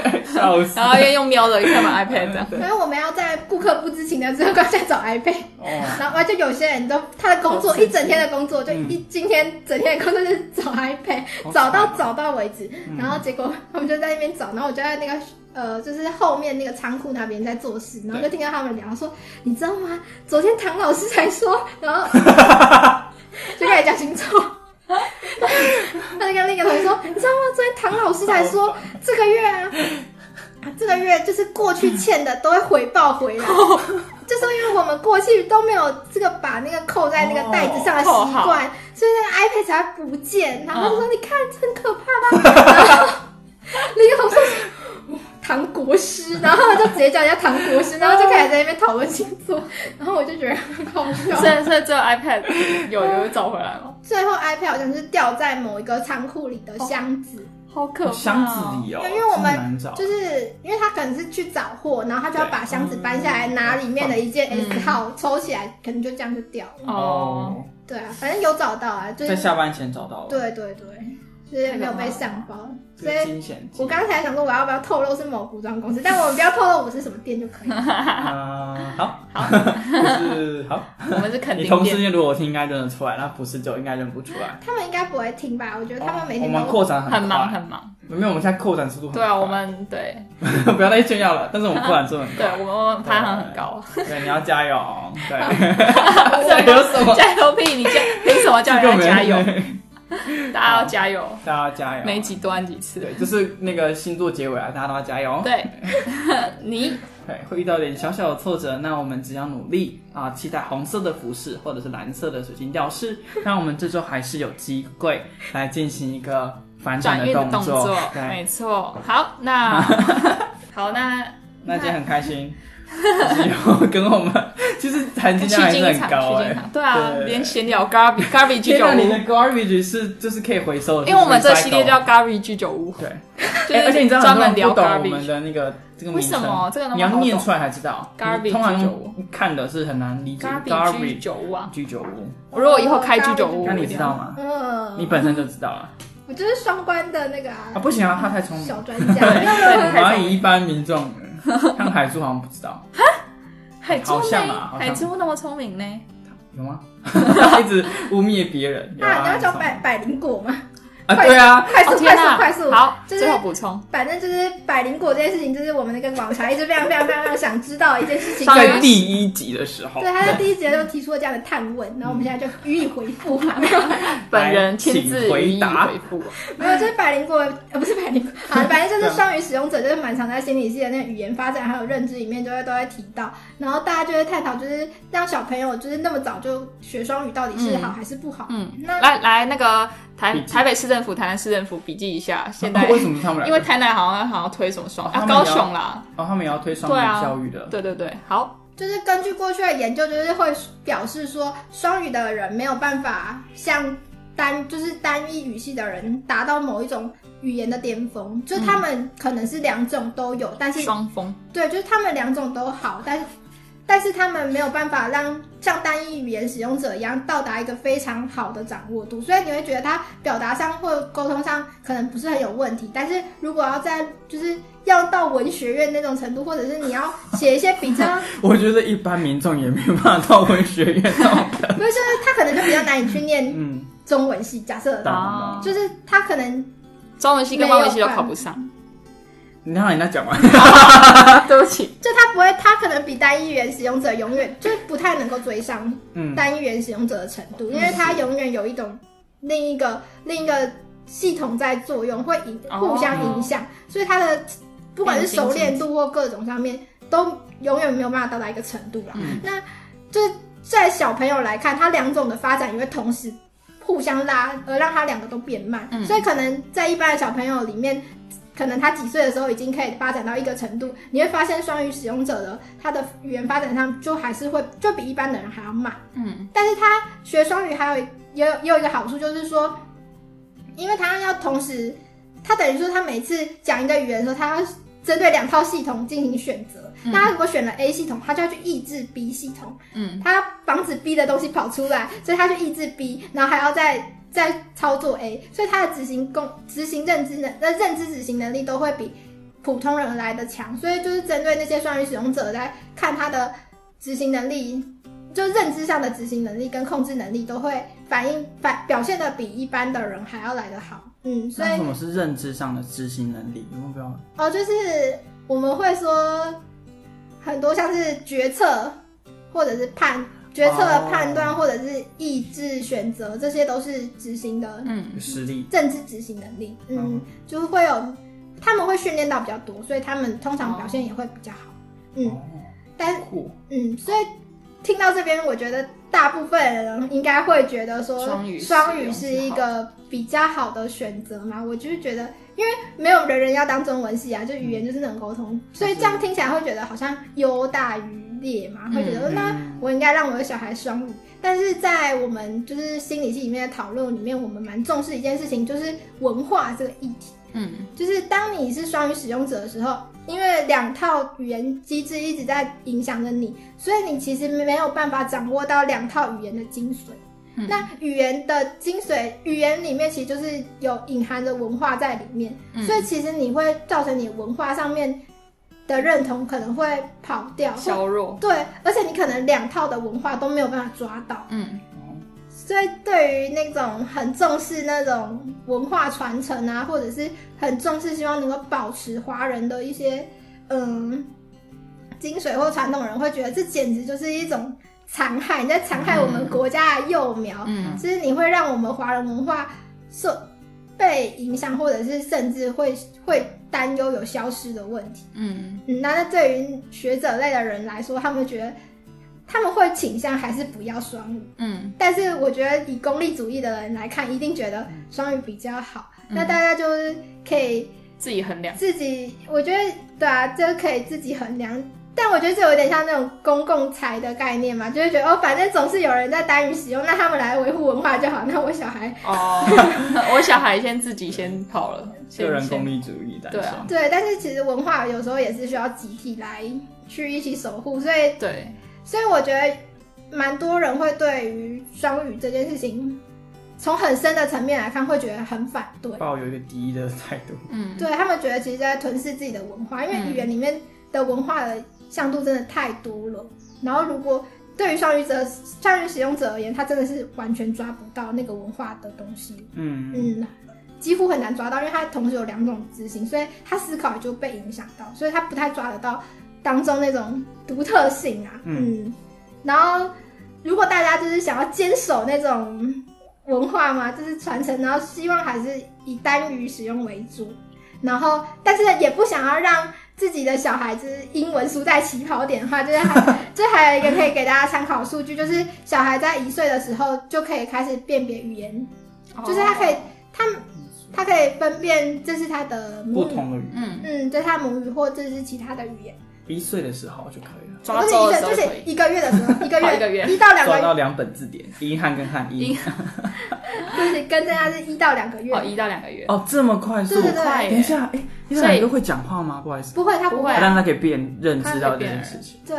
A: 对，笑死！
B: 然后又用瞄的看完 iPad 这样，
C: 因为我们要在顾客不知情的时候赶快找 iPad。
A: 哦，
C: 然后完就有些人都他的工作一整天的工作，就
A: 嗯
C: 一今天整天的工作就是找 iPad，
A: 好
C: 找
A: 惨
C: 到
A: 哦
C: 找到为止。
A: 嗯
C: 然后结果他们就在那边找，然后我就在那个呃，就是后面那个仓库那边在做事，然后就听到他们聊说，你知道吗？昨天唐老师才说，然后就开始讲星座。他就跟那个同 学说，你知道吗？昨天唐老师才说，这个月啊，啊这个月就是过去欠的都会回报回 来。就是因为我们过去都没有这个把那个扣在那个袋子上的习
B: 哦扣好啊
C: 惯，所以那个 iPad 才不见。然后他就说：“你看，这很可怕吧？”然后李红说：“唐国师，然后就直接叫人家唐国师，然
B: 啊
C: 后就开始在那边讨论星座，然后我就觉得很好 笑。
B: 所以所以最后 iPad 有有找回来吗？
C: 最后 iPad 好像是掉在某一个仓库里的箱子，
B: 好可怕、哦！
A: 箱子里哦，
C: 因为我们
A: 真难找
C: 就是因为他可能是去找货，然后他就要把箱子搬下来，
A: 对嗯
C: 拿里面的一件
B: 嗯
C: S 号抽起来，可能就这样就掉了。
B: 哦，，
C: 对啊，反正有找到啊，就
A: 在
C: 是
A: 下班前找到了，，
C: 对对对，就是没有被上包，所以
A: 这。惊险记。
C: 我刚才想说我要不要透露是某服装公司，但我们不要透露我们是什么店就可以 了。
A: 啊，好， 就是 好。
B: 我们是肯
A: 你
B: 定
A: 同
B: 店
A: 事间如果听应该认得出来，那不是就应该认不出来。哦
C: 他们应该不会听吧？我觉得他们每
A: 我
C: 天
A: 们
C: 都
A: 扩展
B: 很
A: 快，
B: 忙很忙。
A: 没有，我们现在扩展速度很
B: 对啊，
A: 快
B: 我们对
A: 不要再炫耀了，但是我们扩展 速度很
B: 对
A: 快。，
B: 我们我们排行很高。啊
A: 对，你要加油，对，
B: 这
A: 有什么？
B: 加油屁！你加凭什么叫
A: 这个
B: 人
A: 没
B: 家加油？，大家要加油，
A: 大家加油，
B: 每集多按几次。
A: 对，就是那个星座结尾啊，大家都要加油。
B: 对， 你
A: 对，会遇到点小小的挫折，那我们只要努力啊，期待红色的服饰或者是蓝色的水晶吊饰， 那我们这周还是有机会来进行一个反转
B: 转运的
A: 动
B: 动作，
A: 对，
B: 没错。好， 那好，那
A: 那今天很开 心，就是有跟我们，其实含金
B: 去
A: 量还是
B: 进
A: 很
B: 场，
A: 高
B: 去
A: 哎、
B: 进场，对啊
A: 对，
B: 连闲聊 garbage garbage 居
A: 天
B: 酒
A: 哪，你
B: 屋
A: 的，garbage 是就是可以回收的，
B: 因为我们这
A: 就是 recycle
B: 系列叫 garbage 居酒屋，
A: 对，
B: 就
A: 哎而且你
B: 是
A: 知道
B: 专
A: 很多人
B: 门聊
A: 不懂我们
B: garbage。
A: 的那个这个
B: 为
A: 名
B: 什
A: 称，
B: 么这个那
A: 你
B: 么
A: 要
B: 好
A: 念
B: 懂
A: 出来才知道，
B: Garbage
A: 通
B: 居酒屋
A: 常看的是很难理解
B: ？garbage 居酒屋啊！
A: 居酒屋。
B: 我如果以后开居酒屋，
A: 那
B: 我
A: 你
B: 一
A: 知
B: 定
A: 道吗？
C: 嗯，
A: 你本身就知道了
C: 我就是双关的那个
A: 啊！
B: 嗯
C: 啊，
A: 不行啊，他 太聪明
C: 小
A: 了。
C: 专
B: 对
C: 家。
B: 对，
A: 我
B: 你
A: 们
B: 太
A: 要
B: 聪
A: 以一
B: 明
A: 般民众，像海珠好像不知道，
B: 海珠
A: 好像
B: 呢
A: 啊好像
B: 海珠哎那么聪明呢？
A: 有 吗？一直污蔑别人。有
C: 啊，你
A: 很
C: 要
A: 聪
C: 叫
A: 明
C: 百百灵果吗？
A: 啊，对啊，
C: 快速
B: 哦
C: 快
B: 天
C: 速
B: 哪
C: 快速！
B: 好，
C: 就是
B: 最后补充，
C: 反正就是百灵果这件事情，就是我们那个网茶一直非常非常非常非常想知道的一件事情。
B: 少
C: 啊
A: 在
B: 爷
A: 第一集的时候，
C: 对，他在第一节就提出了这样的探问，然后我们现在就予以回复。哦
B: 本人亲自
A: 请回答
B: 予以回复。
C: 没有，就是百灵果，呃，不是百灵果，啊，反正就是双语使用者，就是蛮常在心理系的那个语言发展还有认知里面，就会都会提到，然后大家就会探讨，就是让小朋友就是那么早就学双语到底是好还是不好。
B: 嗯，
C: 那
B: 来来，那个台
A: 笔记
B: 台北市政府、台南市政府笔记一下，现在
A: 为什么是他们两个？
B: 因为台南好像好像推什么双
A: 哦他
B: 啊，
A: 们
B: 高
A: 也要
B: 雄啦，
A: 哦，他们也要推双
B: 对
A: 语
B: 啊
A: 教育的，
B: 对对对，好，
C: 就是根据过去的研究，就是会表示说，双语的人没有办法像单就是单一语系的人达到某一种语言的巅峰，就他们可能是两种都有，但是
B: 双峰，
C: 对，就是他们两种都好，但是但是他们没有办法让像单一语言使用者一样到达一个非常好的掌握度，所以你会觉得他表达上或沟通上可能不是很有问题，但是如果要在就是要到文学院那种程度，或者是你要写一些比较，
A: 我觉得一般民众也没办法到文学院那种的。
C: 不是就是他可能就比较难以去念
A: 嗯，
C: 中文系，假设
A: 懂
B: 啊
A: 懂。
C: 就是他可能
B: 中文系跟
C: 没有
B: 外文系都
C: 办
B: 考不上，
A: 你让人家讲完，啊
B: 对不起，
C: 就他不会，他可能比单一语言使用者永远就是不太能够追上
A: 嗯，
C: 单一元使用者的程度，因为它永远有一种另一个另一个系统在作用，会影
B: 哦
C: 互相影响，所以它的不管是熟练度或各种上面，都永远没有办法到达一个程度啦。
A: 嗯
C: 那就是在小朋友来看，他两种的发展也会同时互相拉，而让他两个都变慢，
B: 嗯
C: 所以可能在一般的小朋友里面。可能他几岁的时候已经可以发展到一个程度，你会发现双语使用者的他的语言发展上就还是会就比一般的人还要慢。
B: 嗯，
C: 但是他学双语还有也有也有一个好处，就是说，因为他要同时，他等于说他每次讲一个语言的时候，他要针对两套系统进行选择。
B: 嗯
C: 那他如果选了 A 系统，他就要去抑制 B 系统，
B: 嗯，
C: 他要防止 B 的东西跑出来，所以他去抑制 B，然后还要再再操作 A，所以他的执行功执行认知能那认知执行能力都会比普通人来的强，所以就是针对那些双语使用者来看他的执行能力，就认知上的执行能力跟控制能力都会反映反表现的比一般的人还要来得好，嗯，所以
A: 那什么是认知上的执行能力？有目标
C: 哦，就是我们会说很多像是决策或者是判决策的判断，或者是意志选择，这些都是执行的
B: 嗯，
A: 实力，
C: 政治执行能力。嗯，
A: 嗯
C: 就是会有他们会训练到比较多，所以他们通常表现也会比较好。嗯，
A: 哦，
C: 但
A: 酷，
C: 嗯，所以听到这边，我觉得大部分人应该会觉得说
B: 双语使
C: 双语
B: 用
C: 是
B: 是
C: 一
B: 好
C: 个比较好的选择嘛。我就是觉得，因为没有人人要当中文系啊，就语言就是能沟通，所以这样听起来会觉得好像优大于劣嘛，会觉得、
A: 嗯
C: 那我应该让我的小孩双语。但是在我们就是心理系里面的讨论里面，我们蛮重视一件事情，就是文化这个议题。
B: 嗯，
C: 就是当你是双语使用者的时候，因为两套语言机制一直在影响着你，所以你其实没有办法掌握到两套语言的精髓。
B: 嗯
C: 那语言的精髓，语言里面其实就是有隐含着文化在里面，
B: 嗯
C: 所以其实你会造成你文化上面的认同可能会跑掉，
B: 削弱，
C: 对，而且你可能两套的文化都没有办法抓到。
B: 嗯
C: 所以对于那种很重视那种文化传承啊，或者是很重视希望能够保持华人的一些嗯精髓或传统人，会觉得这简直就是一种残害，你在残害我们国家的幼苗，
B: 嗯
C: 就是你会让我们华人文化受被影响，或者是甚至会会担忧有消失的问题。
B: 嗯
C: 嗯，那那对于学者类的人来说，他们觉得他们会倾向还是不要双语。
B: 嗯
C: 但是我觉得以功利主义的人来看，一定觉得双语比较好。
B: 嗯
C: 那大家就是可以
B: 自己衡量，
C: 自己，我觉得对啊，这可以自己衡量。但我觉得这有点像那种公共财的概念嘛，就是觉得哦，反正总是有人在单语使用，那他们来维护文化就好。那我小孩
B: 哦， 我小孩先自己先跑了，先
A: 嗯个人
B: 先
A: 功利主义诞
B: 对
A: 生
B: 啊。
C: 对，但是其实文化有时候也是需要集体来去一起守护，所以
B: 对，
C: 所以我觉得蛮多人会对于双语这件事情，从很深的层面来看，会觉得很反对。
A: 抱有一个敌意的态度，
B: 嗯
C: 对他们觉得其实在吞噬自己的文化，因为
B: 嗯
C: 语言里面的文化的向度真的太多了。然后如果对于双语者、双语使用者而言，他真的是完全抓不到那个文化的东西，
A: 嗯，
C: 嗯，几乎很难抓到，因为他同时有两种执行，所以他思考就被影响到，所以他不太抓得到当中那种独特性啊，嗯
A: 嗯
C: 然后如果大家就是想要坚守那种文化嘛，就是传承，然后希望还是以单语使用为主，然后但是也不想要让自己的小孩子英文输在起跑点的话，就是还 这还有一个可以给大家参考数据，就是小孩在一岁的时候就可以开始辨别语言，就是他可以
B: 哦，
C: 他他可以分辨这是他的母
A: 嗯不
C: 语，
A: 同的语，
B: 嗯，
C: 嗯，这是他母语或这是其他的语言。
A: 一岁的时候就可以了，
B: 抓
C: 不是
B: 周的
C: 一个
B: 时候
C: 就是
B: 可以，
C: 一个月的时候，一个
B: 哦
C: 月
B: 一个月
C: 一到两个
A: 抓
C: 月
A: 到两本字典，英汉跟汉英
B: 英，
C: 就是跟着他是一到两个月，
B: 哦，一到两个月，
A: 哦，这么快速
C: 对，对
B: 快
C: 对，
A: 等一下，哎，你
B: 所以
A: 两个会讲话吗？不好意思，哦
C: 不会，他
B: 不
C: 不
B: 会啊
C: 会，
A: 让他可以辨认知到这件事情。
C: 对，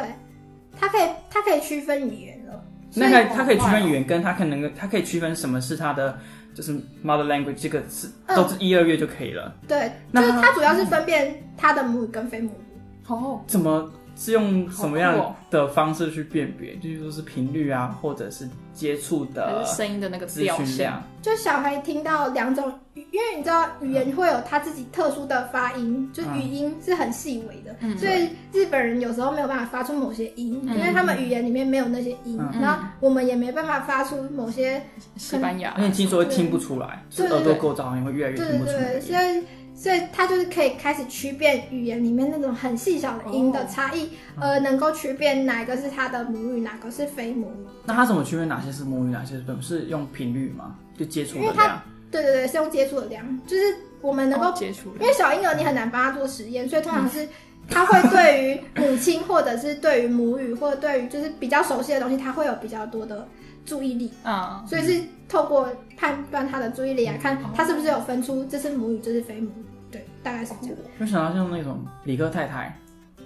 C: 他可以他可以区分语言了，
A: 那他
B: 所以
A: 他可以区
B: 好快
A: 分
B: 哦
A: 语言，跟他可能他可以区分什么是他的就是 mother language，这个是
C: 嗯
A: 都是一二月就可以了。
C: 对，
A: 那
C: 就是他主要是分辨他的母语跟非母语。
B: 哦，
A: 怎么是用什么
B: 好酷
A: 样
B: 哦
A: 的方式去辨别？就是说是频率啊，或者是接触
B: 还
A: 的
B: 是声音的那个
A: 哦资
B: 调
A: 讯
B: 性，
A: 量。
C: 就小孩听到两种语，因为你知道语言会有他自己特殊的发音，就语音是很细微的，
B: 嗯
C: 所以日本人有时候没有办法发出某些音，
B: 嗯
C: 因为他们语言里面没有那些音，
A: 嗯
C: 然后我们也没办法发出某些
B: 西班牙
A: 而，且听说会听不出来，
C: 对
A: 所以
C: 对
A: 耳朵
C: 对
A: 构造好像会越来越
B: 嗯
C: 对
A: 听不出
C: 对，
A: 来。
C: 所以所以他就是可以开始区辨语言里面那种很细小的音的差异，
B: 嗯
C: 呃，能够区辨哪个是他的母语，哪个是非母语。
A: 那他怎么区分哪些是母语，哪些是本是用频率吗？就接触
C: 因
A: 的
C: 为他
A: 量。
C: 对对对，是用接触的量，就是我们能够
B: 哦，接触
C: 因为小婴儿你很难帮他做实验，所以通常
A: 嗯
C: 是他会对于母亲或者是对于母语或者对于就是比较熟悉的东西，他会有比较多的注意力，
B: 嗯，
C: 所以是透过判断他的注意力来看他是不是有分出这是母语，这是非母语。对，大概是这样。
A: 我想到像那种理科太太，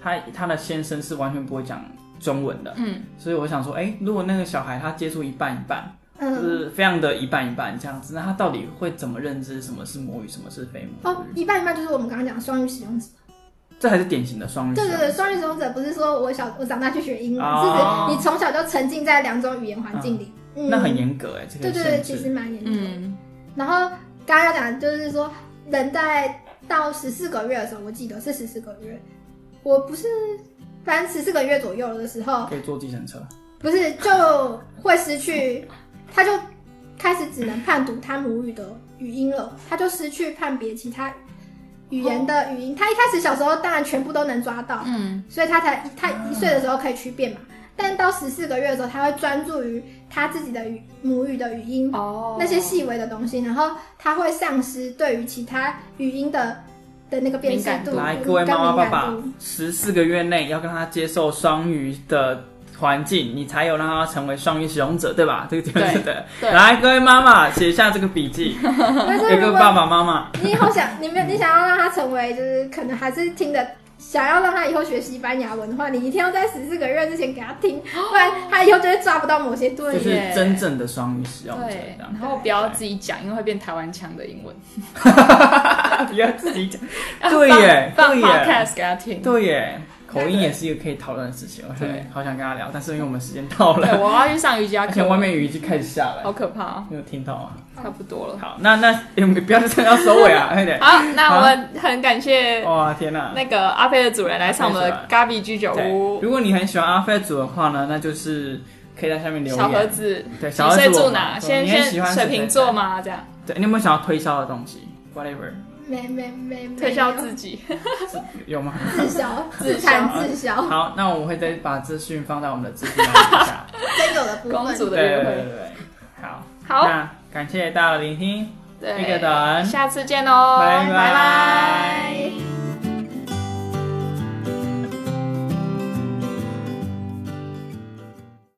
A: 她她的先生是完全不会讲中文的，
B: 嗯，
A: 所以我想说，哎、如果那个小孩他接触一半一半，就
C: 嗯，
A: 是非常的一半一半这样子，那他到底会怎么认知什么是母语，什么是非母语？
C: 哦，一半一半就是我们刚刚讲的双语使用者。
A: 这还是典型的双语思
C: 对
A: 维。
C: 对对，双语使用者不是说我小我长大去学英文，是
A: 哦
C: 指你从小就沉浸在两种语言环境里。嗯，
A: 那很严格哎、这
C: 对
A: 个
C: 对对，
A: 限
C: 其
A: 制。
C: 实蛮严格的。
B: 嗯，
C: 然后刚刚要讲的就是说，人在到十四个月的时候，我记得是十四个月，我不是，反正十四个月左右的时候，
A: 可以坐计程车，
C: 不是就会失去，他就开始只能判读他母语的语音了，他就失去判别其他语言的语音。他一开始小时候当然全部都能抓到，
B: 嗯，
C: 所以他才他一岁的时候可以区辨嘛。但到十四个月的时候，他会专注于他自己的语母语的语音
B: 哦
C: 那些细微的东西，然后他会丧失对于其他语音的的那个辨识
B: 敏感
C: 度
B: 度
A: 来，
C: 跟
A: 各位妈妈爸
C: 敏感
A: 爸
C: 度，
A: 十四个月内要跟他接受双语的环境，你才有让他成为双语使用者，对吧？这个就是的。
B: 对
A: 来，各位妈妈写下这个笔记，
C: 但 是
A: 给哎各
C: 如
A: 位爸
C: 果
A: 爸妈妈。
C: 你以后想，你没有，你想要让他成为，就是可能还是听的，想要让他以后学西班牙文的话，你一定要在十四个月之前给他听，不然他以后就会抓不到某些对
A: 就
C: 应。
A: 是
B: 耶
A: 真正的双语使用者，
B: 对
A: 这，样
B: 然后不 要自己讲，因为会变台湾腔的英文。
A: 啊不要自己讲。对耶，
B: 放
A: 对
B: 放
A: 耶，
B: podcast 给他听。
A: 对耶，口音也是一个可以讨论的事情。我想
B: 对
A: 好想跟他聊，但是因为我们时间到
B: 对，
A: 了，
B: 我要去上瑜伽
A: 而且
B: 课，
A: 外面雨已经开始下来
B: 好，可怕哦，
A: 你有听到吗？
B: 差不多了。
A: 好，那那哎我们不要这样收尾 啊，快点！
B: 好，那我们很感谢
A: 哇，天哪！
B: 那个阿飞的主人来上我们的咖喱居酒
A: 对，
B: 屋
A: 如果你很喜欢阿飞组的话呢，那就是可以在下面留
B: 小盒
A: 言。
B: 子。
A: 对，小
B: 几
A: 盒
B: 岁
A: 子
B: 住
A: 我
B: 哪？
A: 嘛
B: 先
A: 你很喜
B: 先
A: 欢
B: 水瓶座
A: 吗？
B: 吗？这样
A: 对，你有没有想要推销的东西？Whatever，
C: 没没没没，
B: 推销自己。
A: 有吗？
C: 自销、自产自销，
A: 好，那我们会再把资讯放在我们的资讯栏底 下。
C: 真有的部
B: 公主
C: 分。
A: 对
B: 的约
A: 对对
B: 会。
A: 对对，好，
B: 好，
A: 那感谢大家的聆听，
B: 对，
A: 一个人
B: 下次见喽，
A: 拜
B: 哦拜拜